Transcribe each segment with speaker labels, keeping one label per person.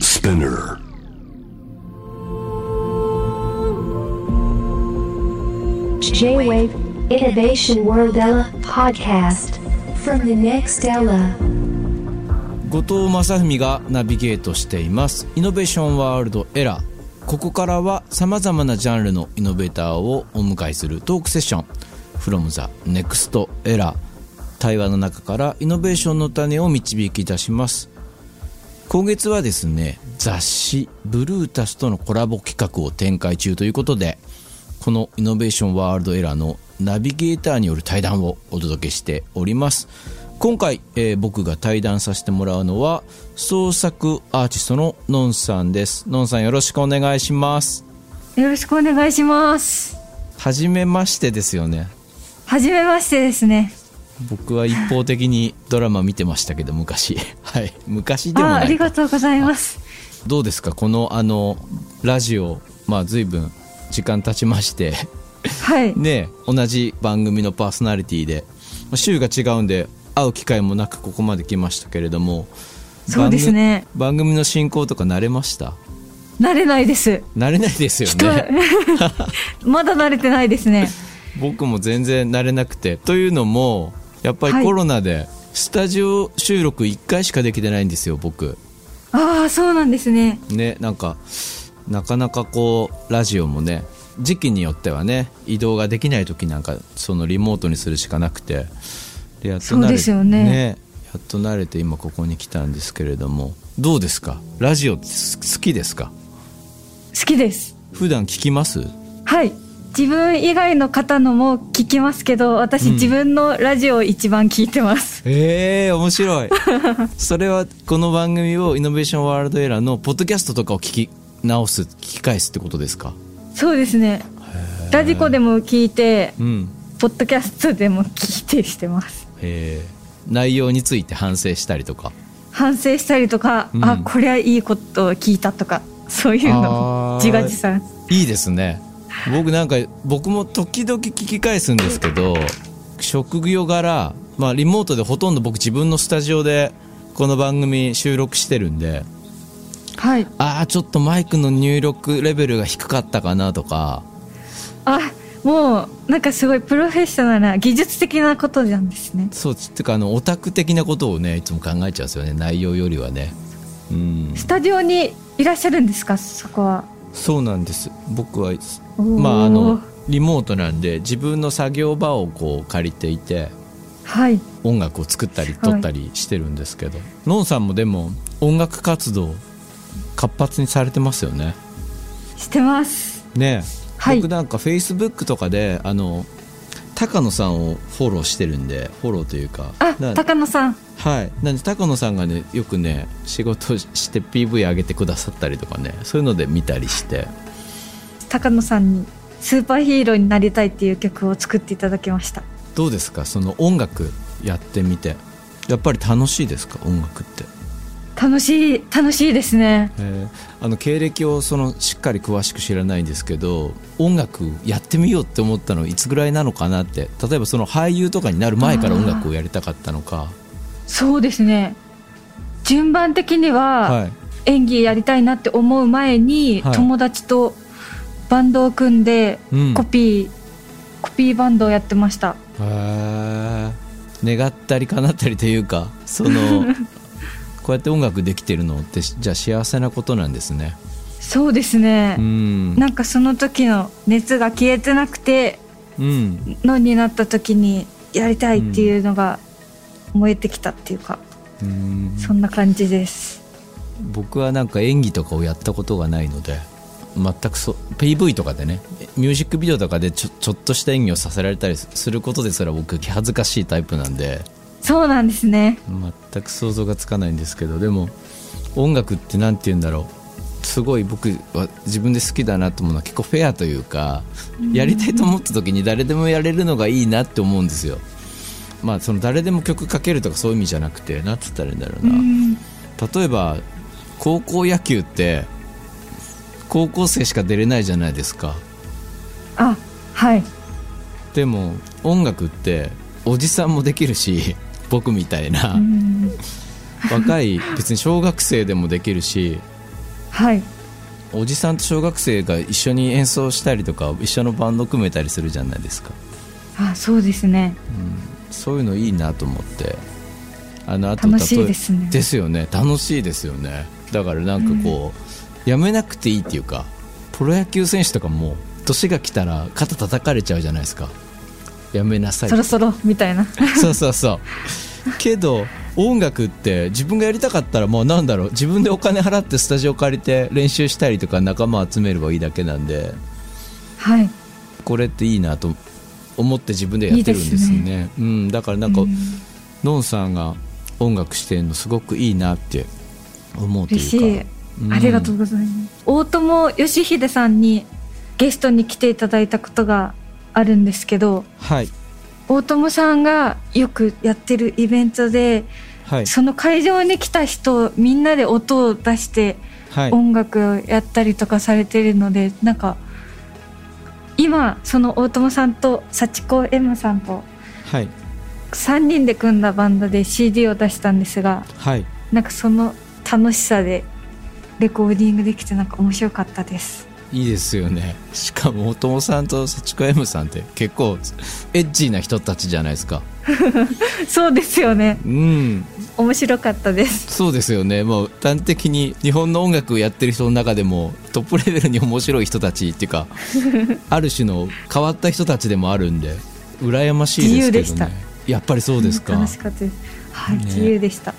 Speaker 1: Spinner.
Speaker 2: 後藤正文がナビゲートしていますイノベーションワールドエラーここからはさまざまなジャンルのイノベーターをお迎えするトークセッション「from the next era」対話の中からイノベーションの種を導き出します今月はですね雑誌「ブルータス」とのコラボ企画を展開中ということでこのイノベーションワールドエラーのナビゲーターによる対談をお届けしております今回、えー僕が対談させてもらうのは創作アーティストののんさんですのんさんよろしくお願いします
Speaker 3: よろしくお願いします。
Speaker 2: はじめましてですよね
Speaker 3: はじめましてですね。
Speaker 2: 僕は一方的にドラマ見てましたけど昔 はい昔でも
Speaker 3: あ、
Speaker 2: な
Speaker 3: あ
Speaker 2: い
Speaker 3: り
Speaker 2: か
Speaker 3: がとうございます。
Speaker 2: どうですかこのあのラジオまあ随分時間経ちまして
Speaker 3: はい。
Speaker 2: ねえ同じ番組のパーソナリティでまあ週が違うんで会う機会もなくここまで来ましたけれども
Speaker 3: そうですね
Speaker 2: 番組番組の進行とか慣れました
Speaker 3: 慣れないです。
Speaker 2: 慣れないですよ
Speaker 3: 人は
Speaker 2: ね
Speaker 3: まだ慣れてないですね。
Speaker 2: 僕も全然慣れなくてというのもやっぱ
Speaker 3: は
Speaker 2: り
Speaker 3: い
Speaker 2: コロナでスタジオ収録1回しかできてないんですよ僕
Speaker 3: ああ、そうなんですね。
Speaker 2: ねなんかなかなかこうラジオもね時期によってはね移動ができない時なんかそのリモートにするしかなくてでやっと慣
Speaker 3: そう
Speaker 2: れ
Speaker 3: ですよね
Speaker 2: やっと慣れて今ここに来たんですけれどもどうですかラジオって好好きですか
Speaker 3: 好きです。
Speaker 2: 普段聞きます
Speaker 3: はい。自分以外の方のも聞きますけど、私、自分のラジオを一番聞いてます。
Speaker 2: ええ面白 いそれはこの番組をイノベーションワールドエラーのポッドキャストとかを聞き直す聞き返すってことですか
Speaker 3: そうですね。ラジコでも聞いて、
Speaker 2: うん
Speaker 3: ポッドキャストでも聞いてしてます。
Speaker 2: えー内容について反省したりとか
Speaker 3: 反省したりとか、
Speaker 2: うん
Speaker 3: あこれはいいことを聞いたとかそういうの
Speaker 2: あー
Speaker 3: を自画自賛
Speaker 2: いいですね僕なんか僕も時々聞き返すんですけど職業柄、まあ、リモートでほとんど僕自分のスタジオでこの番組収録してるんで
Speaker 3: はい
Speaker 2: ああちょっとマイクの入力レベルが低かったかなとか
Speaker 3: あもうなんかすごいプロフェッショナルな技術的なことなんですね
Speaker 2: そうつってかあのオタク的なことをねいつも考えちゃうんですよね内容よりはねうん
Speaker 3: スタジオにいらっしゃるんですかそこは
Speaker 2: そうなんです僕は
Speaker 3: おー
Speaker 2: まああのリモートなんで自分の作業場をこう借りていて
Speaker 3: はい
Speaker 2: 音楽を作ったり
Speaker 3: すごい
Speaker 2: 撮ったりしてるんですけど、のんさんもでも音楽活動活発にされてますよね
Speaker 3: してます
Speaker 2: ねえ、
Speaker 3: はい
Speaker 2: 僕なんかフェイスブックとかであの高野さんをフォローしてるんでフォローというか
Speaker 3: あ
Speaker 2: な
Speaker 3: 高野さん
Speaker 2: はいなんで高野さんがねよくね仕事をして PV 上げてくださったりとかねそういうので見たりして
Speaker 3: 高野さんに「スーパーヒーローになりたい」っていう曲を作っていただきました
Speaker 2: どうですかその音楽やってみてやっぱり楽しいですか音楽って
Speaker 3: 楽しい楽しいですね
Speaker 2: えーあの経歴をそのしっかり詳しく知らないんですけど音楽やってみようって思ったのいつぐらいなのかなって例えばその俳優とかになる前から音楽をやりたかったのか
Speaker 3: そうですね順番的には、
Speaker 2: は
Speaker 3: 演技やりたいなって思う前に、
Speaker 2: はい
Speaker 3: 友達とバンドを組んで、
Speaker 2: い、うん、
Speaker 3: コピーコピーバンドをやってました
Speaker 2: へー願ったり叶ったりというかそ のこうやって音楽できてるのってじゃあ幸せなことなんですね
Speaker 3: そうですね
Speaker 2: う、ん
Speaker 3: なんかその時の熱が消えてなくて
Speaker 2: うん
Speaker 3: のになった時にやりたいっていうのが燃えてきたっていうか、
Speaker 2: うん
Speaker 3: そんな感じです
Speaker 2: 僕はなんか演技とかをやったことがないので全くそう PV とかでねミュージックビデオとかでちょちょっとした演技をさせられたりすることですら僕気恥ずかしいタイプなんで
Speaker 3: そうなんですね
Speaker 2: 全く想像がつかないんですけどでも音楽って何て言うんだろうすごい僕は自分で好きだなと思うのは結構フェアというかやりたいと思った時に誰でもやれるのがいいなって思うんですよ。まあその誰でも曲かけるとかそういう意味じゃなくて何つったらいいんだろうな。
Speaker 3: うん
Speaker 2: 例えば高校野球って高校生しか出れないじゃないですか
Speaker 3: あはい
Speaker 2: でも音楽っておじさんもできるし僕みたいな
Speaker 3: うん
Speaker 2: 若い別に小学生でもできるし
Speaker 3: はい
Speaker 2: おじさんと小学生が一緒に演奏したりとか一緒のバンド組めたりするじゃないですか、
Speaker 3: あそうですね
Speaker 2: うん、そういうのいいなと思ってあのあと
Speaker 3: 楽しいですね
Speaker 2: 例えですよね楽しいですよねだからなんかこう、やめなくていいっていうかプロ野球選手とかも年が来たら肩叩かれちゃうじゃないですかやめなさいって
Speaker 3: そろそろみたいな
Speaker 2: そうそうそうけど音楽って自分がやりたかったらもうなんだろう自分でお金払ってスタジオ借りて練習したりとか仲間集めればいいだけなんで
Speaker 3: はい
Speaker 2: これっていいなと思って自分でやってるんですね
Speaker 3: いいです
Speaker 2: うん、だからなんか、
Speaker 3: うん
Speaker 2: のんさんが音楽してるのすごくいいなって思うという
Speaker 3: 嬉
Speaker 2: か
Speaker 3: しい、
Speaker 2: ん
Speaker 3: ありがとうございます大友義秀さんにゲストに来ていただいたことがあるんですけど
Speaker 2: はい
Speaker 3: 大友さんがよくやってるイベントで
Speaker 2: はい
Speaker 3: その会場に来た人みんなで音を出して
Speaker 2: はい
Speaker 3: 音楽をやったりとかされてるので、なんか今その大友さんと幸子 M さんと
Speaker 2: はい
Speaker 3: 3人で組んだバンドで CD を出したんですが
Speaker 2: はい
Speaker 3: なんかその楽しさでレコーディングできてなんか面白かっ たです
Speaker 2: いいですよねしかも大友さんと幸子 M さんって結構エッジーな人たちじゃないですか
Speaker 3: そうですよね
Speaker 2: うん
Speaker 3: 面白かったです
Speaker 2: そうですよねもう端的に日本の音楽をやってる人の中でもトップレベルに面白い人たちって いうかある種の変わった人たちでもあるんで羨ましいですけどね
Speaker 3: 自由でした
Speaker 2: やっぱりそうですか
Speaker 3: 楽しかったですはい、
Speaker 2: ね
Speaker 3: 自由でした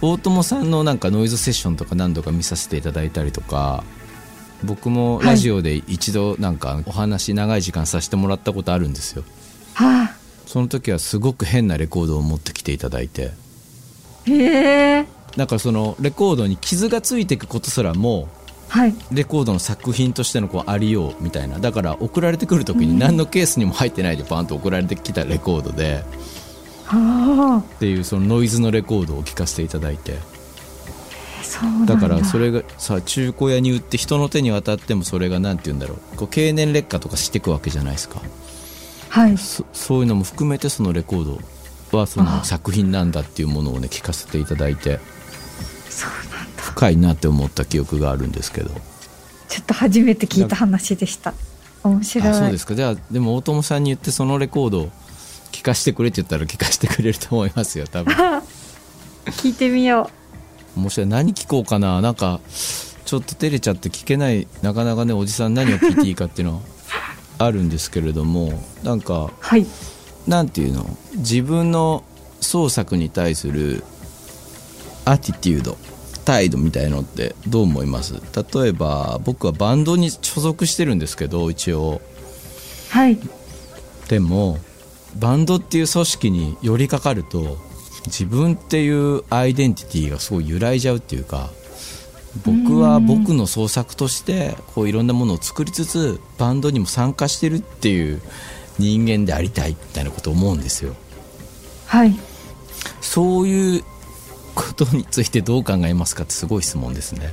Speaker 2: 大友さんのなんかノイズセッションとか何度か見させていただいたりとか僕もラジオで一度なんかお話長い時間させてもらったことあるんですよ
Speaker 3: はあ
Speaker 2: その時はすごく変なレコードを持ってきていただいて
Speaker 3: へえ
Speaker 2: なんかそのレコードに傷がついていくことすらも
Speaker 3: はい
Speaker 2: レコードの作品としてのこうありようみたいなだから送られてくる時に何のケースにも入ってないでバンと送られてきたレコードで
Speaker 3: は
Speaker 2: っていうそのノイズのレコードを聴かせていただいて
Speaker 3: あそうなんだ
Speaker 2: だからそれがさ中古屋に売って人の手に渡ってもそれが何て言うんだろうこう経年劣化とかしていくわけじゃないですか
Speaker 3: はい
Speaker 2: そそういうのも含めてそのレコードはその作品なんだっていうものをね聴かせていただいて
Speaker 3: そうなんだ
Speaker 2: 深いなって思った記憶があるんですけど
Speaker 3: ちょっと初めて聞いた話でした面白い
Speaker 2: あそうですかじゃあでも大友さんに言ってそのレコードを聞かせてくれって言ったら聞かせてくれると思いますよ多分
Speaker 3: 聞いてみよ
Speaker 2: もし何聞こうかななんかちょっと照れちゃって聞けないなかなかねおじさん何を聞いていいかっていうのはあるんですけれどもなんか
Speaker 3: うはい
Speaker 2: なんていうの自分の創作に対するアティテュード態度みたいのってどう思います例えば僕はバンドに所属してるんですけど一応
Speaker 3: はい
Speaker 2: でもバンドっていう組織に寄りかかると自分っていうアイデンティティがすごい揺らいじゃうっていうか僕は僕の創作としてこういろんなものを作りつつバンドにも参加してるっていう人間でありたいみたいなことを思うんですよ。
Speaker 3: はい
Speaker 2: そういうことについてどう考えますかってすごい質問ですね。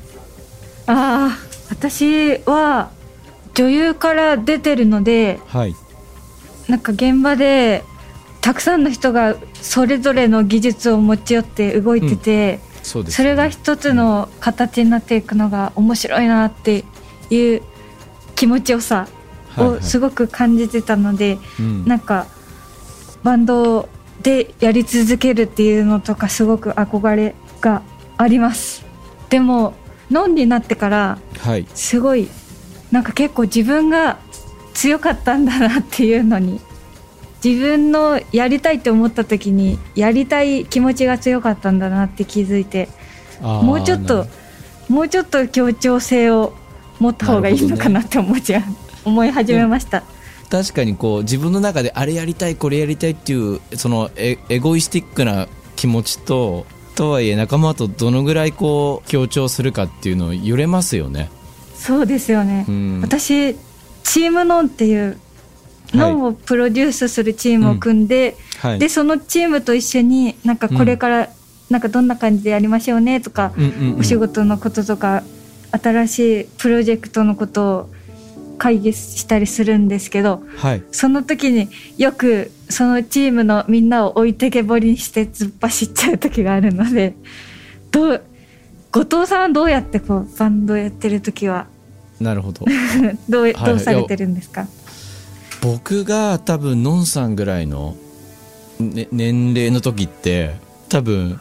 Speaker 3: ああ私は女優から出てるので
Speaker 2: はい、
Speaker 3: なんか現場でたくさんの人がそれぞれの技術を持ち寄って動いてて、
Speaker 2: そうです
Speaker 3: そ
Speaker 2: ね、
Speaker 3: れが一つの形になっていくのが面白いなっていう気持ちよさ
Speaker 2: はいは
Speaker 3: を
Speaker 2: い
Speaker 3: すごく感じてたので、
Speaker 2: うん
Speaker 3: なんかバンドでやり続けるっていうのとかすごく憧れがありますでもノンになってから
Speaker 2: はい、
Speaker 3: すごいなんか結構自分が強かったんだなっていうのに自分のやりたいと思った時にやりたい気持ちが強かったんだなって気づいて
Speaker 2: あー
Speaker 3: もうちょっ
Speaker 2: な
Speaker 3: と
Speaker 2: る
Speaker 3: もうちょっと協調性を持った方がいいのかなって思っちゃう、思い始めました。
Speaker 2: 確かにこう自分の中であれやりたいこれやりたいっていうそのエエゴイスティックな気持ちととはいえ仲間とどのぐらいこう協調するかっていうのを揺れますよね。
Speaker 3: そうですよね、
Speaker 2: うん
Speaker 3: 私チームノンっていう
Speaker 2: はい
Speaker 3: ノンをプロデュースするチームを組んで、
Speaker 2: はい、
Speaker 3: でそのチームと一緒になんかこれからなんかどんな感じでやりましょうねとか、
Speaker 2: うんうんうん
Speaker 3: お仕事のこととか新しいプロジェクトのことを会議したりするんですけど
Speaker 2: はい、
Speaker 3: その時によくそのチームの みんなを置いてけぼりにして突っ走っちゃう時があるのでどう後藤さんはどうやってこうバンドやってる時は
Speaker 2: なるほど
Speaker 3: どう
Speaker 2: はい
Speaker 3: どうされてるんですか、
Speaker 2: 僕が多分のんさんぐらいの、ね、年齢の時って多分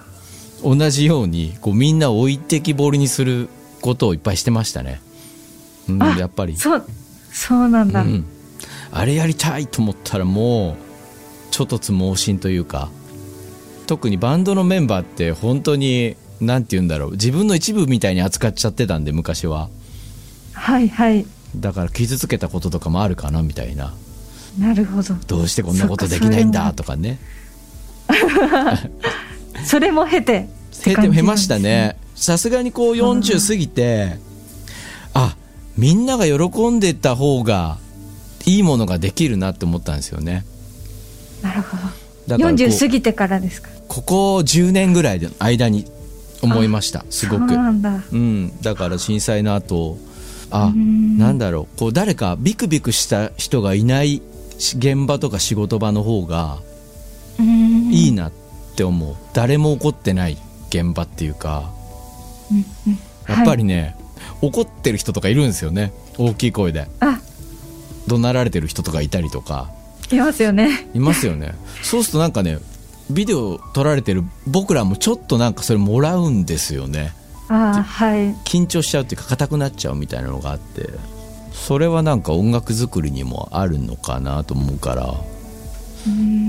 Speaker 2: 同じようにこうみんなを置いてきぼりにすることをいっぱいしてましたね、うん、
Speaker 3: あ
Speaker 2: やっぱり
Speaker 3: そうそうなん
Speaker 2: う
Speaker 3: だ、
Speaker 2: ん、あれやりたいと思ったらもうちょっとつ盲信というか特にバンドのメンバーって本当に何て言うんだろう自分の一部みたいに扱っちゃってたんで昔は
Speaker 3: はいはい
Speaker 2: だから傷つけたこととかもあるかなみたいな
Speaker 3: なるほど
Speaker 2: どうしてこんなことできないんだとかね
Speaker 3: それも経て
Speaker 2: 減って減ましたねさすがにこう40過ぎてあみんなが喜んでた方がいいものができるなって思ったんですよね
Speaker 3: なるほど
Speaker 2: だからこう
Speaker 3: 40過ぎてからですか
Speaker 2: ここ10年ぐらいの間に思いましたすごく
Speaker 3: そうなんだ
Speaker 2: うん、だから震災の後あ
Speaker 3: ん
Speaker 2: なんだろうこう誰かビクビクした人がいないし現場とか仕事場の方が
Speaker 3: うん
Speaker 2: いいなって思う、誰も怒ってない現場っていうかやっぱりね、怒ってる人とかいるんですよね大きい声で
Speaker 3: あ
Speaker 2: 怒鳴られてる人とかいたりとか
Speaker 3: いますよね
Speaker 2: いますよ ねそうするとなんかねビデオ撮られてる僕らもちょっとなんかそれもらうんですよね
Speaker 3: あーはい
Speaker 2: 緊張しちゃうっていうか硬くなっちゃうみたいなのがあってそれはなんか音楽作りにもあるのかなと思うから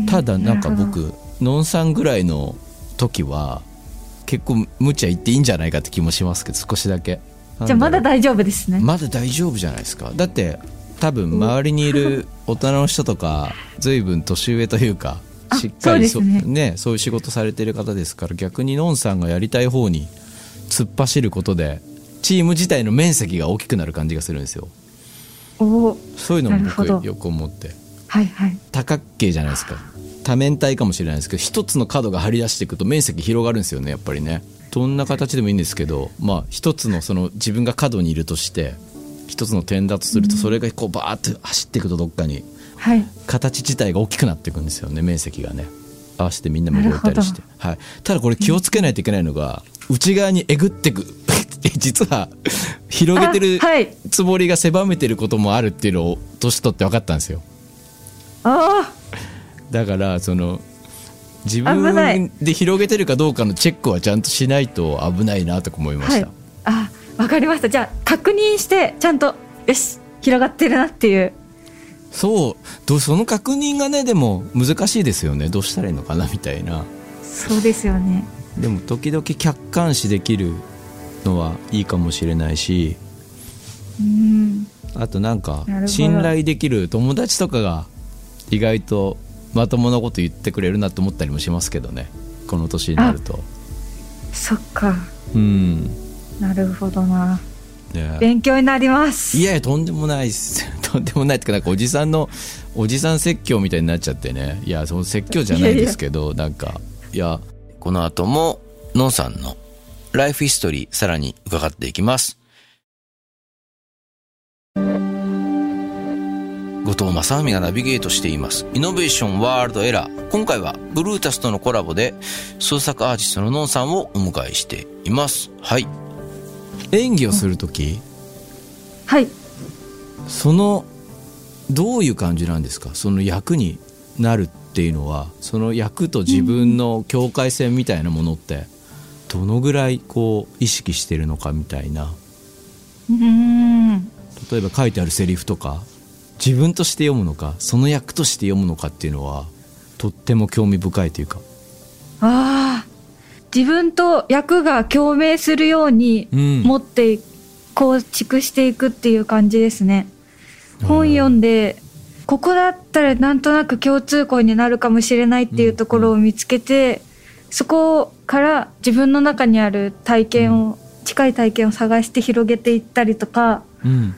Speaker 2: ただなんか僕のんさんぐらいの時は結構無茶言っていいんじゃないかって気もしますけど少しだけ
Speaker 3: じゃあ
Speaker 2: な
Speaker 3: ま
Speaker 2: んろ
Speaker 3: だ
Speaker 2: う
Speaker 3: 大丈夫ですね
Speaker 2: まだ大丈夫じゃないですかだって多分周りにいる大人の人とか随分年上というか
Speaker 3: あ
Speaker 2: しっかり
Speaker 3: そうですね
Speaker 2: そういう仕事されてる方ですから逆にのんさんがやりたい方に突っ走ることでチーム自体の面積が大きくなる感じがするんですよ
Speaker 3: おお
Speaker 2: そういうのも
Speaker 3: なるほど
Speaker 2: 僕よく思って
Speaker 3: はいはい
Speaker 2: 多角形じゃないですか多面体かもしれないですけど一つの角が張り出していくと面積広がるんですよねやっぱりねどんな形でもいいんですけどまあ一つのその自分が角にいるとして一つの点だとするとそれがこうバーッと走っていくとどっかに
Speaker 3: はい
Speaker 2: 形自体が大きくなっていくんですよね面積がね合わせてみんなも動いたりして、はい、ただこれ気をつけないといけないのが内側にえぐってく 実は広げてる
Speaker 3: あはい
Speaker 2: つもりが狭めてることもあるっていうのを年取って分かったんですよ
Speaker 3: あ
Speaker 2: だからその自
Speaker 3: 危な
Speaker 2: 分
Speaker 3: い
Speaker 2: で広げてるかどうかのチェックはちゃんとしないと危ないなとか思い
Speaker 3: あ
Speaker 2: ま
Speaker 3: は
Speaker 2: し
Speaker 3: い
Speaker 2: た、
Speaker 3: あわかりましたじゃあ確認してちゃんとよし広がってるなっていう
Speaker 2: そうどうその確認がねでも難しいですよねどうしたらいいのかなみたいな
Speaker 3: そうですよね
Speaker 2: でも時々客観視できるのはいいかもしれないし
Speaker 3: うん
Speaker 2: あとなんか
Speaker 3: なるほど
Speaker 2: 信頼できる友達とかが意外とまともなこと言ってくれるなと思ったりもしますけどねこの年になると
Speaker 3: そっか
Speaker 2: うん
Speaker 3: なるほどな
Speaker 2: ね
Speaker 3: 勉強になります
Speaker 2: いやいやとんでもないっす とんでもないってかなんかおじさんのおじさん説教みたいになっちゃってねいやその説教じゃないですけどなんかいやこの後ものんさんのライフヒストリーさらに伺っていきます後藤正文がナビゲートしていますイノベーションワールドエラー今回はブルータスとのコラボで創作アーティストののんさんをお迎えしていますはい演技をする時
Speaker 3: はい
Speaker 2: そのどういう感じなんですかその役になるっていうのはその役と自分の境界線みたいなものってどのぐらいこう意識してるのかみたいな
Speaker 3: うん
Speaker 2: 例えば書いてあるセリフとか自分として読むのかその役として読むのかっていうのはとっても興味深いというか
Speaker 3: ああ自分と役が共鳴するように
Speaker 2: うん
Speaker 3: 持って構築していくっていう感じですね、本読んでここだったらなんとなく共通項になるかもしれないっていうところを見つけて、そこから自分の中にある体験を、近い体験を探して広げていったりとか
Speaker 2: うん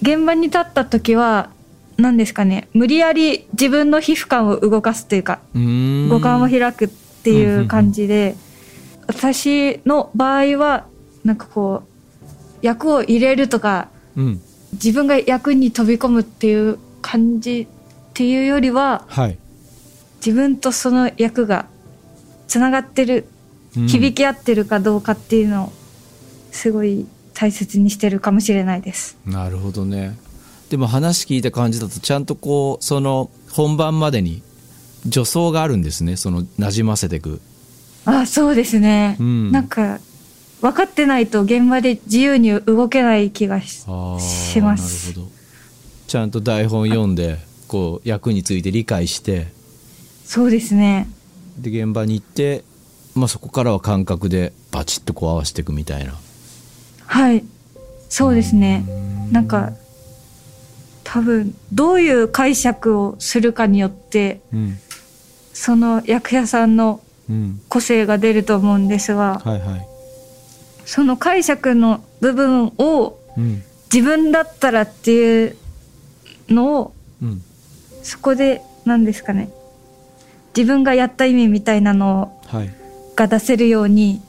Speaker 3: 現場に立った時は何ですかね無理やり自分の皮膚感を動かすというか
Speaker 2: うーん
Speaker 3: 五感を開くっていう感じで、私の場合はなんかこう役を入れるとか
Speaker 2: うん
Speaker 3: 自分が役に飛び込むっていう感じっていうよりは
Speaker 2: はい
Speaker 3: 自分とその役がつながってる響
Speaker 2: き
Speaker 3: き合ってるかどうかっていうのをすごい大切にしてるかもしれないです。
Speaker 2: なるほどねでも話聞いた感じだとちゃんとこうその本番までに助走があるんですねその馴染ませていく
Speaker 3: あそうですね、
Speaker 2: うん
Speaker 3: なんか分かってないと現場で自由に動けない気がし
Speaker 2: あー
Speaker 3: します
Speaker 2: なるほどちゃんと台本読んでこう役について理解して
Speaker 3: そうですね
Speaker 2: で現場に行って、まあ、そこからは感覚でバチッとこう合わせていくみたいな
Speaker 3: はいそうですねなんか多分どういう解釈をするかによって
Speaker 2: うん
Speaker 3: その役者さんの
Speaker 2: うん
Speaker 3: 個性が出ると思うんですが、
Speaker 2: はいはい
Speaker 3: その解釈の部分を
Speaker 2: うん
Speaker 3: 自分だったらっていうのを
Speaker 2: うん
Speaker 3: そこで何ですかね自分がやった意味みたいなの
Speaker 2: はいへ
Speaker 3: が出せるように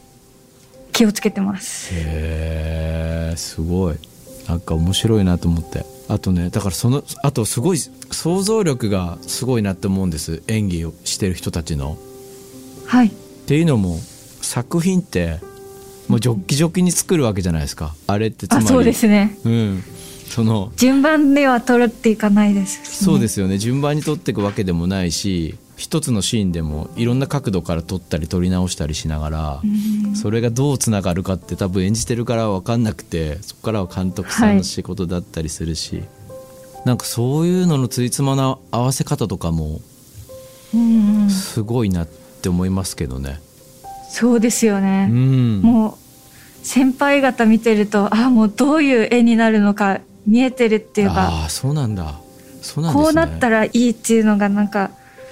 Speaker 3: 気をつけてます
Speaker 2: えすごいなんか面白いなと思ってあとねだからそのあとすごい想像力がすごいなって思うんです演技をしてる人たちの。
Speaker 3: はい
Speaker 2: っていうのも作品ってもうジョッキジョッキに作るわけじゃないですかあれってつま
Speaker 3: あ
Speaker 2: り
Speaker 3: そうですね
Speaker 2: うん、その
Speaker 3: 順番では取っていかないです、
Speaker 2: そうですすよね順番に撮っていくわけでもないし一つのシーンでもいろんな角度から撮ったり撮り直したりしながら、それがどうつながるかって多分演じてるからは分かんなくてそこからは監督さん
Speaker 3: は
Speaker 2: の
Speaker 3: い
Speaker 2: 仕事だったりするし、なんかそういうののついつまな合わせ方とかも
Speaker 3: うんうん
Speaker 2: すごいなって思いますけどね。
Speaker 3: そうですよ
Speaker 2: う
Speaker 3: ね、
Speaker 2: ん、
Speaker 3: もう先輩方見てるとあもうどういう絵になるのか見えてるっていうか
Speaker 2: ああそうなんだそうなんです、ね、
Speaker 3: こうなったらいいっていうのがなんか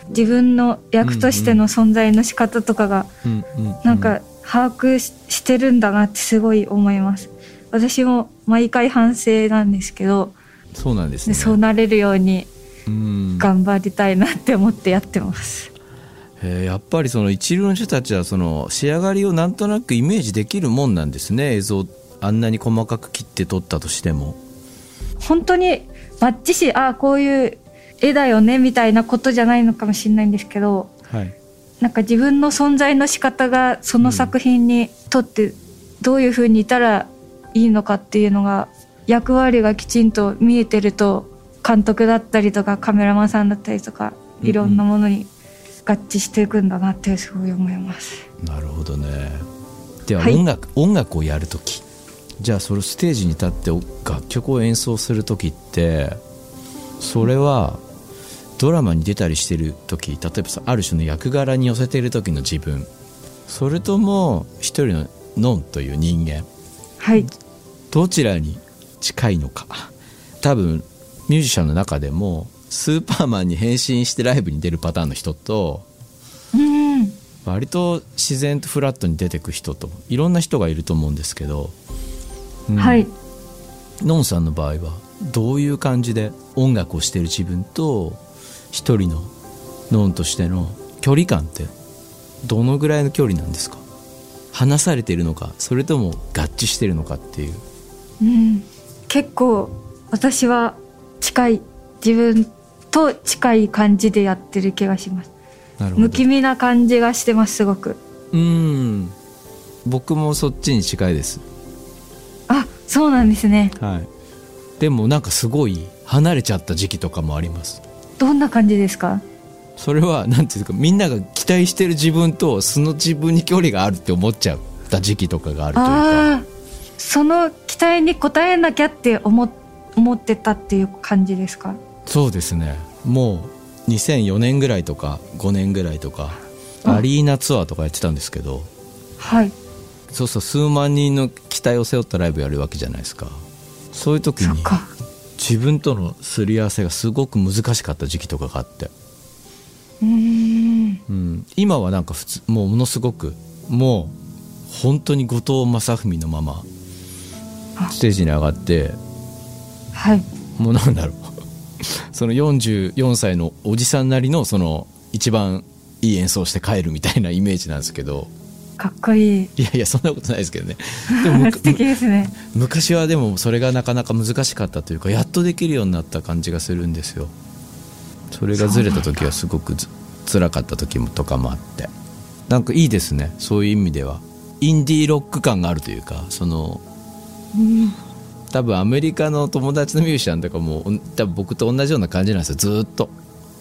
Speaker 3: 自分の役としての存在の仕方とかが
Speaker 2: うんうう
Speaker 3: なんか把握し,、てるんだなってすごい思います私も毎回反省なんですけど、
Speaker 2: そうなんです
Speaker 3: で
Speaker 2: ね
Speaker 3: そうなれるように
Speaker 2: うん
Speaker 3: 頑張りたいなって思ってやってます、
Speaker 2: えーやっぱりその一流の人たちはその仕上がりをなんとなくイメージできるもんなんですね映像あんなに細かく切って撮ったとしても
Speaker 3: 本当にマッチしああこういう絵だよねみたいなことじゃないのかもしれないんですけど
Speaker 2: はい
Speaker 3: なんか自分の存在の仕方がその作品にとってどういう風にいたらいいのかっていうのが役割がきちんと見えてると監督だったりとかカメラマンさんだったりとか
Speaker 2: うんうん
Speaker 3: いろんなものに合致していくんだなってすごい思います。
Speaker 2: なるほどねでは
Speaker 3: はい
Speaker 2: 音楽、音楽をやるときじゃあそのステージに立ってお楽曲を演奏するときってそれはドラマに出たりしてる時例えばさある種の役柄に寄せてる時の自分それとも一人のノンという人間
Speaker 3: はい、
Speaker 2: どちらに近いのか多分ミュージシャンの中でもスーパーマンに変身してライブに出るパターンの人と
Speaker 3: うん
Speaker 2: 割と自然とフラットに出てく人といろんな人がいると思うんですけど、うん
Speaker 3: はい、
Speaker 2: のんさんの場合はどういう感じで音楽をしてる自分と一人ののんとしての距離感ってどのぐらいの距離なんですか離されているのかそれとも合致してるのかっていう
Speaker 3: うん、結構私は近い自分と近い感じでやってる気がします。
Speaker 2: なるほど
Speaker 3: 不気味な感じがしてますすごく。
Speaker 2: うん僕もそっちに近いです
Speaker 3: あそうなんですね
Speaker 2: はいでもなんかすごい離れちゃった時期とかもあります
Speaker 3: どんな感じですか
Speaker 2: それはなんていうかみんなが期待してる自分と素の自分に距離があるって思っちゃった時期とかがあるというか
Speaker 3: ああーその期待に応えなきゃって思っ思ってたっていう感じですか
Speaker 2: そうですねもう2004年ぐらいとか5年ぐらいとかアリーナツアーとかやってたんですけど
Speaker 3: はい
Speaker 2: そうそう数万人の期待を背負ったライブやるわけじゃないですかそういう時
Speaker 3: そっ
Speaker 2: に
Speaker 3: か
Speaker 2: 自分とのすり合わせがすごく難しかった時期とかがあって
Speaker 3: うーん
Speaker 2: うん、今はなんか普通もうものすごくもう本当に後藤正文のまま
Speaker 3: あ
Speaker 2: ステージに上がって
Speaker 3: はい
Speaker 2: もうなんだろう その44歳のおじさんなりのその一番いい演奏して帰るみたいなイメージなんですけど
Speaker 3: かっこいい
Speaker 2: いやいやそんなことないですけどねで もむ
Speaker 3: 素敵ですね
Speaker 2: 昔はでもそれがなかなか難しかったというかやっとできるようになった感じがするんですよそれがずれた時はすごくつ辛かった時もとかもあってなんかいいですねそういう意味ではインディーロック感があるというかその
Speaker 3: うん
Speaker 2: 多分アメリカの友達のミュージシャンとかもおん多分僕と同じような感じなんですよずーっと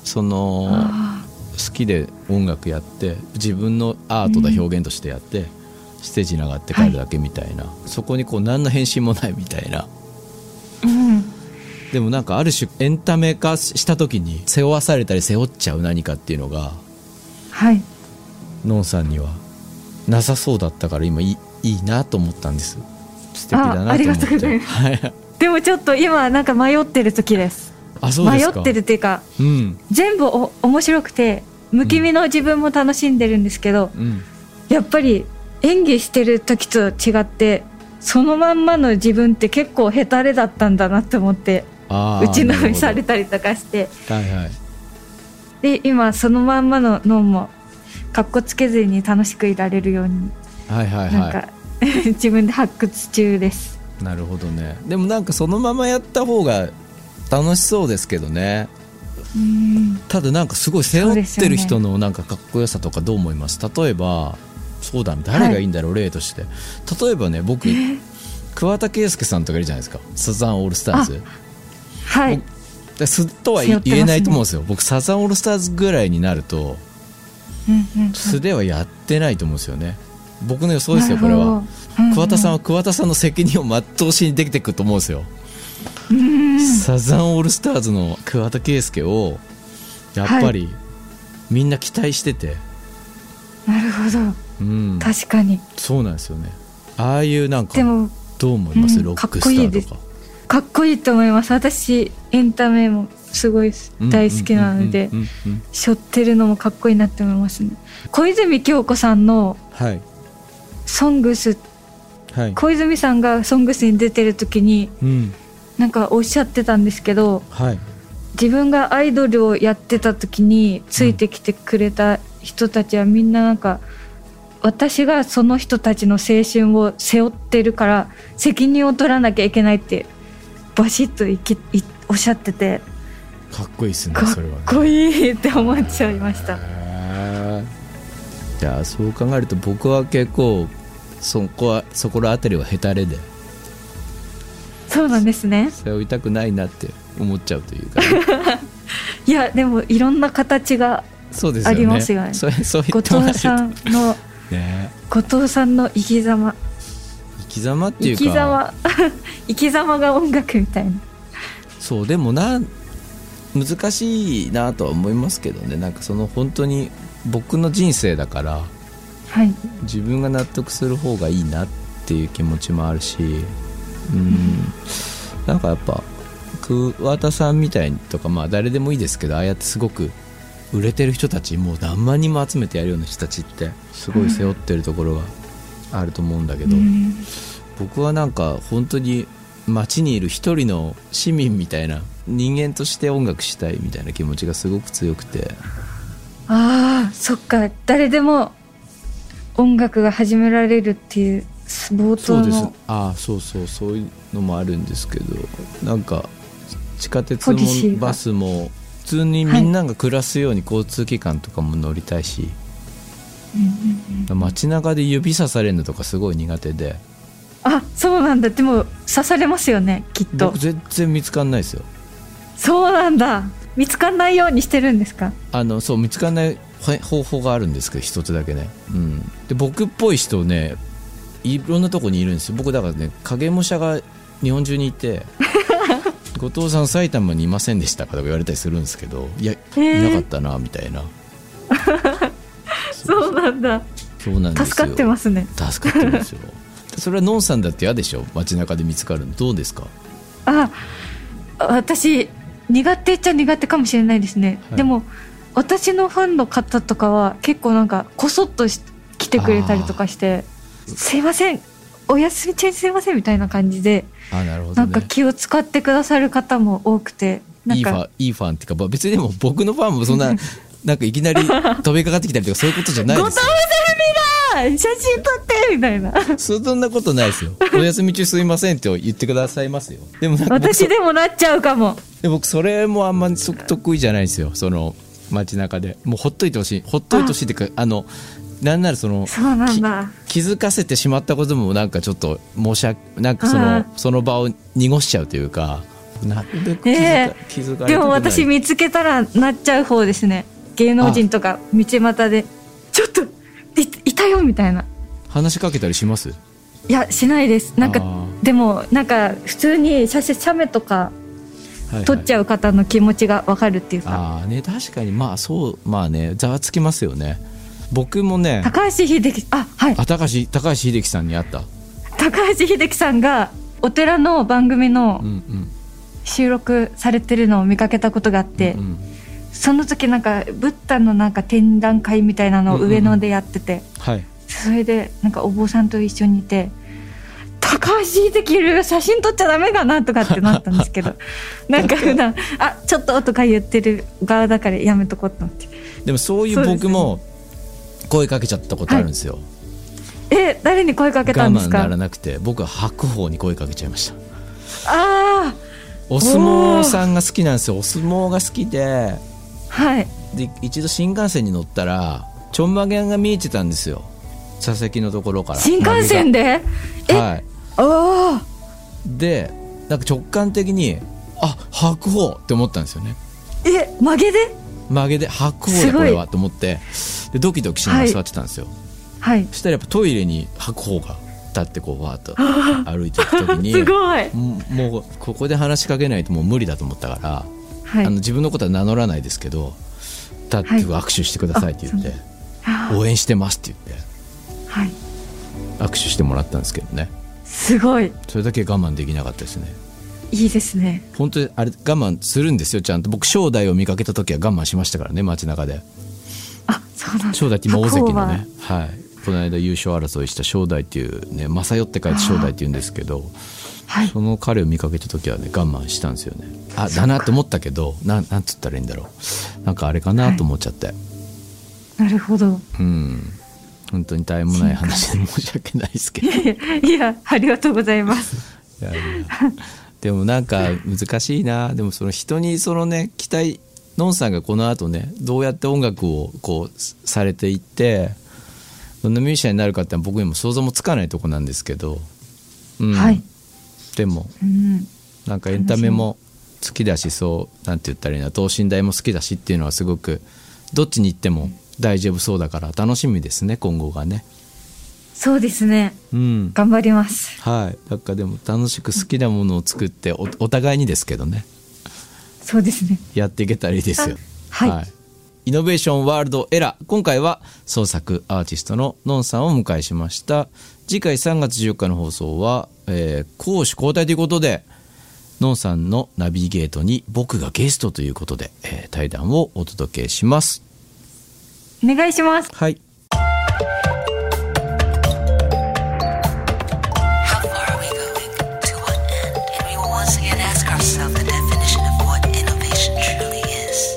Speaker 2: その
Speaker 3: あ
Speaker 2: 好きで音楽やって自分のアートだ
Speaker 3: うん
Speaker 2: 表現としてやって、ステージに上がって帰るだけみたいな、そこにこう何の返信もないみたいな
Speaker 3: ーうん
Speaker 2: でもなんかある種エンタメ化した時に背負わされたり背負っちゃう何かっていうのが
Speaker 3: はい
Speaker 2: のんさんにはなさそうだったから今いいいいなと思ったんです素敵だ
Speaker 3: ああ
Speaker 2: な
Speaker 3: り
Speaker 2: と思っ
Speaker 3: がとうござい
Speaker 2: て
Speaker 3: ます
Speaker 2: はい
Speaker 3: でもちょっと今なんか迷ってる時です
Speaker 2: あそうで
Speaker 3: 迷
Speaker 2: すか
Speaker 3: ってるっていうか
Speaker 2: うん
Speaker 3: 全部お面白くてムキミの自分も楽しんでるんですけど、
Speaker 2: うん
Speaker 3: やっぱり演技してる時と違ってそのまんまの自分って結構ヘタレだったんだなって思って
Speaker 2: あ
Speaker 3: 打ちのめさ
Speaker 2: て
Speaker 3: れたりとかして
Speaker 2: はいはい
Speaker 3: で今そのまんまの脳もかっこつけずに楽しくいられるように、
Speaker 2: はいはい
Speaker 3: な
Speaker 2: は
Speaker 3: ん
Speaker 2: い
Speaker 3: か 自分で発掘中です
Speaker 2: なるほどねでもなんかそのままやった方が楽しそうですけどね
Speaker 3: うん
Speaker 2: ただなんかすごい背
Speaker 3: そう
Speaker 2: 負
Speaker 3: で
Speaker 2: っ
Speaker 3: すよ
Speaker 2: てる
Speaker 3: ね
Speaker 2: 人のなんかかっこよさとかどう思います例えばそうだね誰がいいんだろう、例として例えばね僕桑田佳祐さんとかいるじゃないですかサザンオールスターズ
Speaker 3: はい
Speaker 2: 僕ですっとは
Speaker 3: 背負ってますね
Speaker 2: 言えないと思うんですよ僕サザンオールスターズぐらいになると
Speaker 3: うんうんうん
Speaker 2: 素ではやってないと思うんですよね僕の予想ですよこ
Speaker 3: な
Speaker 2: れ
Speaker 3: るほど
Speaker 2: は
Speaker 3: うんうん
Speaker 2: 桑田さんは桑田さんの責任を全うしにできていくと思うんですよ
Speaker 3: うん
Speaker 2: サザンオールスターズの桑田佳祐をやっぱりみんな期待してて、
Speaker 3: なるほど
Speaker 2: うん、
Speaker 3: 確かに
Speaker 2: そうなんですよねああいうなんか
Speaker 3: でも
Speaker 2: どう思います、
Speaker 3: うん
Speaker 2: ロック
Speaker 3: かっこ
Speaker 2: スタ
Speaker 3: いい
Speaker 2: ー
Speaker 3: です
Speaker 2: とか
Speaker 3: かっこいいと思います私エンタメもすごい大好きなので
Speaker 2: うんうんうんうんうん
Speaker 3: 背負ってるのもかっこいいなって思いますね小泉京子さんの
Speaker 2: はい
Speaker 3: 「ソングス
Speaker 2: はい、
Speaker 3: 小泉さんが「ソングスに出てる時に
Speaker 2: うん
Speaker 3: なんかおっしゃってたんですけど
Speaker 2: はい、
Speaker 3: 自分がアイドルをやってた時についてきてくれた人たちはみんななんか私がその人たちの青春を背負ってるから責任を取らなきゃいけないってバシッといきいおっしゃってて
Speaker 2: かっこいいですね
Speaker 3: かっ
Speaker 2: それはね
Speaker 3: こいいって思っちゃいました。
Speaker 2: へーいやそう考えると僕は結構そこはそこら辺りはヘタレで
Speaker 3: そうなんですね。
Speaker 2: 背負いたくないなって思っちゃうというか
Speaker 3: いやでもいろんな形が
Speaker 2: そうですよね
Speaker 3: ありますよね
Speaker 2: そうそう言
Speaker 3: 後
Speaker 2: ってもらえると
Speaker 3: 藤さんの
Speaker 2: ね
Speaker 3: 後藤さんの生き様
Speaker 2: 生き様ってい
Speaker 3: 生
Speaker 2: うか
Speaker 3: き様 生き様が音楽みたいな。
Speaker 2: そうでもな難しいなとは思いますけどねなんかその本当に僕の人生だから
Speaker 3: はい。
Speaker 2: 自分が納得する方がいいなっていう気持ちもあるしうんなんかやっぱ桑田さんみたいにとかまあ誰でもいいですけどああやってすごく売れてる人たちもう何万人も集めてやるような人たちってすごい背負ってるところがあると思うんだけど、
Speaker 3: うん
Speaker 2: 僕はなんか本当に街にいる一人の市民みたいな人間として音楽したいみたいな気持ちがすごく強くて
Speaker 3: ああそっか誰でも音楽が始められるっていう冒頭の
Speaker 2: ああそうそうそういうのもあるんですけどなんか地下鉄
Speaker 3: ポリシー
Speaker 2: も
Speaker 3: が
Speaker 2: バスも普通にみんなが暮らすように交通機関とかも乗りたいし、街中で指さされるのとかすごい苦手で
Speaker 3: あそうなんだでも刺されますよねきっと
Speaker 2: 僕全然見つかんないですよ
Speaker 3: そうなんだ見つかんないようにしてるんですか
Speaker 2: あのそう見つからないほ方法があるんですけど一つだけね、うん、で僕っぽい人ねいろんなとこにいるんですよ僕だからね影武者が日本中にい て後藤さん埼玉にいませんでしたかとか言われたりするんですけどいや、
Speaker 3: ー
Speaker 2: いなかったなみたいな
Speaker 3: そうなんだ
Speaker 2: そうなんですよ
Speaker 3: 助かってますね
Speaker 2: す助かってますよ それはのんさんだって嫌でしょ街中で見つかるのどうですか
Speaker 3: あ私苦手っちゃ苦手かもしれないですね、
Speaker 2: はい
Speaker 3: でも私のファンの方とかは結構なんかこそっとし来てくれたりとかして「すいませんお休み中にすいません」みたいな感じで、
Speaker 2: あなるほ
Speaker 3: な
Speaker 2: ど
Speaker 3: んか
Speaker 2: ね
Speaker 3: 気を使ってくださる方も多くてないん
Speaker 2: いフ
Speaker 3: か
Speaker 2: ァンいいファンっていうかまあ別にでも僕のファンもそん ななんかいきなり飛びかかってきたりとかそういうことじゃ
Speaker 3: 「
Speaker 2: ない
Speaker 3: 後
Speaker 2: で
Speaker 3: 藤
Speaker 2: すよ
Speaker 3: さんだ写真撮って!」みたいな
Speaker 2: そんなことないですよ。お休み中すいませんって言ってくださいますよ。でもなんか僕そ
Speaker 3: 私でもなっちゃうかも
Speaker 2: で僕それもあんまり得意じゃないんですよ。その街中でもうほっといてほしい。ほっといてほしいっていうかあのなんならその
Speaker 3: そうなんだ
Speaker 2: 気づかせてしまったこともなんかちょっと申し訳なんかそ
Speaker 3: あ
Speaker 2: の
Speaker 3: ー
Speaker 2: その場を濁しちゃうというかなるべく気づか,、
Speaker 3: え
Speaker 2: 気づかれ
Speaker 3: で
Speaker 2: たく
Speaker 3: も
Speaker 2: ない
Speaker 3: 私見つけたらなっちゃう方ですね芸能人とか道端でちょっといいたよみたいな
Speaker 2: 話しかけたりします
Speaker 3: いやしないですなん
Speaker 2: あ
Speaker 3: か
Speaker 2: ー
Speaker 3: でもなんか普通に写真写メとか撮っち
Speaker 2: ゃう
Speaker 3: ゃう方の気持ちがわかるっていうか、
Speaker 2: ああね確かにまあそうまあねざわつきますよね僕もね
Speaker 3: 高橋秀樹あはい
Speaker 2: あ高橋高橋秀樹さんに会った
Speaker 3: 高橋秀樹さんがお寺の番組の
Speaker 2: うんうん
Speaker 3: 収録されてるのを見かけたことがあって、
Speaker 2: うんうん
Speaker 3: その時なんかブッダのなんか展覧会みたいなのを上野でやってて、
Speaker 2: はい
Speaker 3: それでなんかお坊さんと一緒にいて「高橋秀樹いる写真撮っちゃダメかな」とかってなったんですけ どなんか普段あちょっと」とか言ってる側だからやめとこうと思って
Speaker 2: でもそういう僕も声かけちゃったことあるんですよ、
Speaker 3: え誰に声かけた
Speaker 2: 我
Speaker 3: んです
Speaker 2: 慢
Speaker 3: か
Speaker 2: ならなくて僕は白鵬に声かけちゃいました
Speaker 3: あ
Speaker 2: お相撲さんが好きなんですよお相撲が好きで
Speaker 3: あはい
Speaker 2: で一度新幹線に乗ったらちょんまげが見えてたんですよ座席のところから
Speaker 3: 新幹線
Speaker 2: で、
Speaker 3: でえ、
Speaker 2: はい、
Speaker 3: おー
Speaker 2: でなんか直感的にあ白鵬って思ったんですよね
Speaker 3: え曲げで
Speaker 2: 曲げで白鵬
Speaker 3: す
Speaker 2: だ
Speaker 3: ごい
Speaker 2: これはと思ってでドキドキしながら座ってたんですよ、
Speaker 3: はい
Speaker 2: そしたらやっぱトイレに白鵬が立ってこうわーっと歩いていく時に
Speaker 3: すごい
Speaker 2: もうもうここで話しかけないともう無理だと思ったから
Speaker 3: は
Speaker 2: あの
Speaker 3: い
Speaker 2: 自分のことは名乗らないですけど「タッチ握手してください」って言って「
Speaker 3: あ
Speaker 2: 応援してます」って言っ
Speaker 3: ーはい
Speaker 2: て握手してもらったんですけどね
Speaker 3: すごい
Speaker 2: それだけ我慢できなかったですね
Speaker 3: いいですね
Speaker 2: 本当にあれ我慢するんですよちゃんと僕正代を見かけた時は我慢しましたからね街中で
Speaker 3: あそうなんだ
Speaker 2: 正代って今大関
Speaker 3: 白鵬
Speaker 2: の
Speaker 3: は
Speaker 2: ねはいこの間優勝争いした正代っていうね正代って書いて正代って言うんですけど
Speaker 3: はい
Speaker 2: その彼を見かけた時はね我慢したんですよねあだなと思ったけどなんなんつったらいいんだろうなんかあれかなと思っちゃって、
Speaker 3: なるほど
Speaker 2: うん本当にたえもない話で申し訳ないですけどい
Speaker 3: いやありがとうございます
Speaker 2: やいやでもなんか難しいなでもその人にそのね期待のんさんがこの後ねどうやって音楽をこうすされていってどんなミュージシャンになるかってのは僕にも想像もつかないとこなんですけど、うん
Speaker 3: はい
Speaker 2: でも
Speaker 3: うん
Speaker 2: なんかエンタメも好きだしそうなんて言ったらいいな等身大も好きだしっていうのはすごくどっちに行っても大丈夫そうだから楽しみですね今後がね。
Speaker 3: そうですね
Speaker 2: うん
Speaker 3: 頑張ります
Speaker 2: はい、なんかでも楽しく好きなものを作っておお互いにですけどね
Speaker 3: そうですね
Speaker 2: やっていけたらいいですよ。
Speaker 3: はい
Speaker 2: イノベーションワールドエラー今回は創作アーティストののんさんをお迎えしました次回3月14日の放送は、えー攻守交代ということでのんさんのナビゲートに僕がゲストということで、えー対談をお届けします
Speaker 3: お願いします
Speaker 2: はい。
Speaker 1: How far are we going? To what end? And we will once again ask ourselves the definition of what innovation truly is.